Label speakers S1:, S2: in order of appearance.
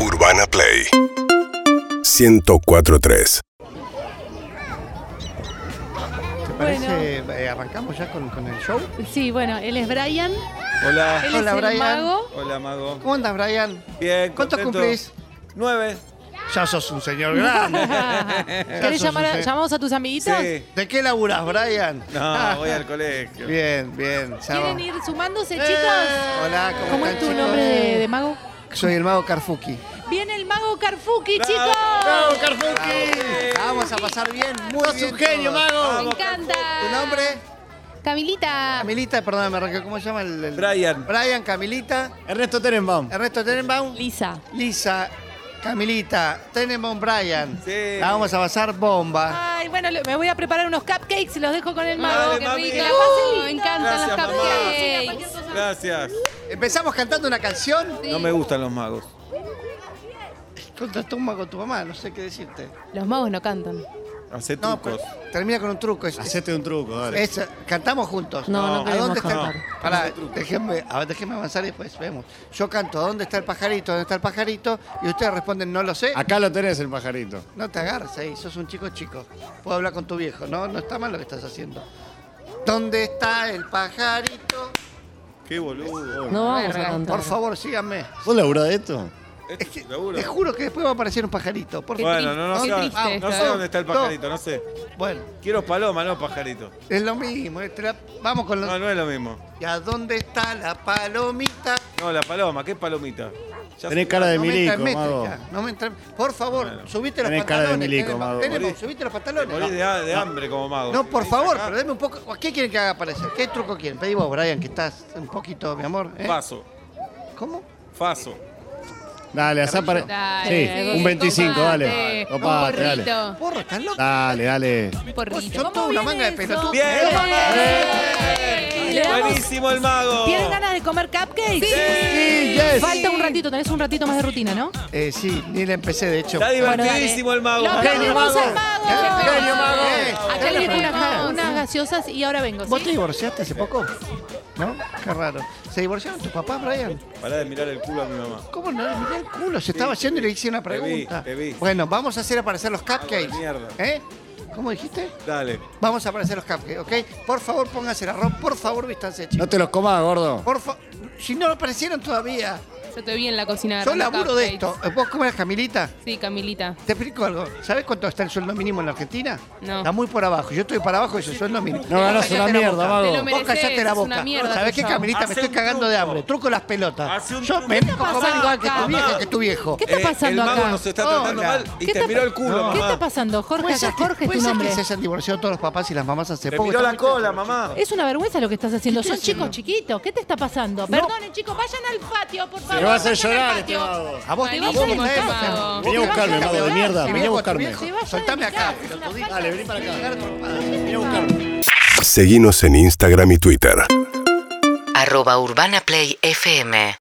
S1: Urbana Play 1043.
S2: ¿Te parece? eh, ¿Arrancamos ya con, con el show?
S3: Sí, bueno, él es Brian.
S4: Hola.
S3: Él
S2: Hola,
S3: es el
S2: Brian.
S3: mago.
S4: Hola, mago.
S2: ¿Cómo andas, Brian?
S4: Bien,
S2: ¿Cuántos
S4: contento.
S2: cumplís?
S4: Nueve.
S2: Ya sos un señor grande.
S3: ¿Querés
S2: sos
S3: llamar
S2: un
S3: a,
S2: ser-
S3: ¿Llamamos a tus amiguitos?
S4: Sí.
S2: ¿De qué laburás, Brian?
S4: No, voy al colegio.
S2: Bien, bien. ya
S3: ¿Quieren
S2: va.
S3: ir sumándose,
S2: Eh,
S3: chicos?
S2: Hola, ¿cómo,
S3: ¿Cómo es
S2: están,
S3: tu
S2: chicos? Eh.
S3: nombre de, de mago?
S2: Soy el mago Carfuki.
S3: Viene el mago Carfuki,
S4: Bravo,
S3: chicos.
S4: bravo,
S2: Carfuki! Ah, Vamos a pasar bien, muy
S4: Sos
S2: bien.
S4: un genio,
S2: todos.
S4: mago.
S3: Me encanta.
S2: ¿Tu nombre?
S3: Camilita.
S2: Camilita, perdón, me arranqué. ¿Cómo se llama el, el-
S4: Brian.
S2: Brian, Camilita.
S5: Ernesto Tenenbaum.
S2: Ernesto Tenenbaum.
S3: Lisa.
S2: Lisa. Camilita. Tenenbaum, Brian.
S4: Sí.
S2: La vamos a pasar bomba.
S3: Ay, bueno, le- me voy a preparar unos cupcakes, los dejo con el mago.
S4: Dale,
S3: que
S4: mami.
S3: rico.
S4: Que la
S3: Uh, me
S4: Gracias,
S3: encantan los
S4: mamá.
S3: cupcakes.
S4: Gracias.
S2: Empezamos cantando una canción.
S4: No me gustan los magos.
S2: Contra tumba con tu mamá, no sé qué decirte.
S3: Los magos no cantan.
S4: Hacé
S2: No,
S4: trucos.
S2: pero termina con un truco. es-
S5: Hacete un truco, dale.
S2: es- cantamos juntos.
S3: No, no
S4: No.
S2: ¿A
S3: queremos
S2: dónde está el
S3: cantar.
S2: pa- Pará, déjenme, a ver, déjenme avanzar y después vemos. Yo canto, ¿dónde está el pajarito? ¿Dónde está el pajarito? Y ustedes responden, no lo sé.
S5: Acá lo tenés el pajarito.
S2: No te agarres ahí, sos un chico chico. Puedo hablar con tu viejo, ¿no? No está mal lo que estás haciendo. ¿Dónde está el pajarito?
S4: Qué boludo.
S6: No vamos a cantar.
S2: Por favor, síganme.
S5: ¿Vos laburás de esto?
S4: Es
S2: Es que
S4: Este laburo.
S2: te juro que después va a aparecer un pajarito. Por favor.
S4: Bueno, no, no,
S3: Qué
S4: sé,
S3: triste
S4: ah,
S3: esto,
S4: no sé
S2: ¿eh?
S4: dónde está el
S2: No.
S4: pajarito, no sé.
S2: Bueno,
S4: Quiero paloma, no pajarito.
S2: es lo mismo. este, la- Vamos con los...
S4: No, no es lo mismo.
S2: ¿Y a dónde está la palomita?
S4: No, la paloma, qué palomita. Ya
S5: Tenés
S4: sé.
S5: cara de
S2: no me entra
S5: milico,
S2: en métrica,
S5: mago.
S2: no me entra en- Por favor,
S4: Bueno.
S2: subite los
S5: Tenés cara de
S2: pantalones.
S5: milico,
S2: tenemos-
S5: mago.
S2: tenemos,
S4: Morís-
S2: subite los
S4: Te
S2: pantalones.
S4: morís de, ha- de hambre como mago.
S2: No, por
S4: Venís
S2: favor,
S4: acá,
S2: pero dame un poco. ¿Qué quieren que haga aparecer? ¿Qué truco quieren? Pedí vos, Brian, que estás un poquito, mi amor. ¿eh?
S4: Paso,
S2: ¿Cómo?
S4: paso.
S5: Dale, hacé para.
S3: Dale,
S5: sí, un 25,
S3: tomate,
S5: dale.
S3: un
S5: Copate, dale.
S3: porrito.
S2: Porro, estás loco.
S5: Dale, dale.
S3: Un porrito.
S2: Yo
S3: ¿Cómo
S2: toda una
S3: viene
S2: manga de
S3: eso?
S2: pelotudo.
S4: Bien,
S3: ¡Bien! Le damos-
S4: buenísimo el mago.
S3: ¿Tienen ganas de comer cupcakes?
S2: Sí, yes.
S3: Falta un ratito, tenés un ratito más de rutina, ¿no?
S5: Ah.
S2: Eh, sí, ni la empecé, de hecho.
S4: Está
S3: Bueno,
S4: divertidísimo el mago.
S3: Lo aplaudimos al mago.
S2: Genio, mago.
S3: Acá
S2: Genio,
S3: le dieron unas,
S2: mago.
S3: unas gaseosas y ahora vengo.
S2: ¿Vos te
S3: ¿sí?
S2: divorciaste hace poco? ¿No? Qué raro. ¿Se divorciaron tus papás, Brian?
S4: Pará de mirar el culo a mi mamá.
S2: ¿Cómo no? Mirá el culo, se estaba yendo y le hice una
S4: vi,
S2: pregunta.
S4: te vi.
S2: Bueno, vamos a hacer aparecer los
S4: de
S2: cupcakes.
S4: mierda.
S2: ¿Eh? ¿Cómo dijiste?
S4: Dale.
S2: Vamos a aparecer los cupcakes, ¿ok? Por favor, pónganse el arroz, por favor, vístanse,
S5: No
S2: chicos.
S5: te los comas, gordo.
S2: Por fa- Si no aparecieron todavía.
S6: Yo te vi en la cocina.
S2: Yo
S6: agarrando
S2: laburo de esto.
S6: cupcakes.
S2: ¿Vos cómo eras, Camilita?
S6: Sí, Camilita.
S2: Te explico algo. ¿Sabes cuánto está el sueldo mínimo en la Argentina?
S6: No.
S2: Está muy por abajo. Yo estoy para abajo de ese sueldo mínimo.
S5: No ganás
S2: Cállate
S5: una
S2: la
S5: mierda,
S2: boca.
S5: vago. Te lo
S2: Vos
S6: mereces,
S2: callate la
S6: es una
S2: boca.
S6: mierda
S2: ¿Sabés
S6: tu
S2: qué,
S6: show.
S2: Camilita? Me
S4: Hace
S2: estoy
S4: un
S2: cagando de
S4: truco.
S2: hambre. Truco las pelotas.
S4: Hace un
S2: Yo
S4: truco.
S2: me
S4: ¿Qué
S2: vengo
S3: está
S2: comer igual que tu
S3: pasando
S2: vieja,
S4: acá?
S2: que tu viejo.
S3: ¿Qué está pasando
S4: Eh, el
S3: acá?
S4: mago nos está tratando
S2: Hola.
S4: mal y
S3: ¿Qué
S4: te
S3: está-
S4: miró el culo,
S3: ¿Qué está
S4: mamá.
S3: pasando, Jorge?
S2: ¿Puede
S3: Acá
S2: ser Pues que-
S3: Jorge es
S2: puede
S3: tu
S2: ser
S3: nombre.
S2: que se hayan divorciado todos los papás y las mamás hace
S4: Te
S2: poco?
S4: miró la
S2: Está muy
S4: cola,
S2: triste,
S4: mamá.
S2: chicos.
S3: Es una vergüenza lo que estás haciendo.
S2: estoy
S3: Son chicos
S2: haciendo?
S3: chiquitos. ¿Qué te está pasando? Perdonen, chicos, vayan al patio, por favor.
S5: Me vas a
S3: vayan al
S5: llorar este
S3: patio.
S5: mago.
S2: A vos,
S6: Ay,
S2: a
S6: no,
S2: vos
S6: no,
S2: me
S6: no,
S2: vas
S6: no.
S2: vos
S5: Vení a
S2: me vas
S5: buscarme,
S2: a
S5: mago de
S2: cagar.
S5: mierda,
S2: Si
S5: vení a
S2: vengo tu
S5: buscarme.
S2: viejo,
S3: Se vaya de
S2: Soltame
S3: mi
S2: acá.
S3: casa,
S2: pelotudito.
S3: una
S5: Dale, vení para acá.
S2: Te voy a cagar a tu papá.
S5: Vení a buscarme.
S1: Seguinos en Instagram y Twitter.
S7: arroba Urbana Play FM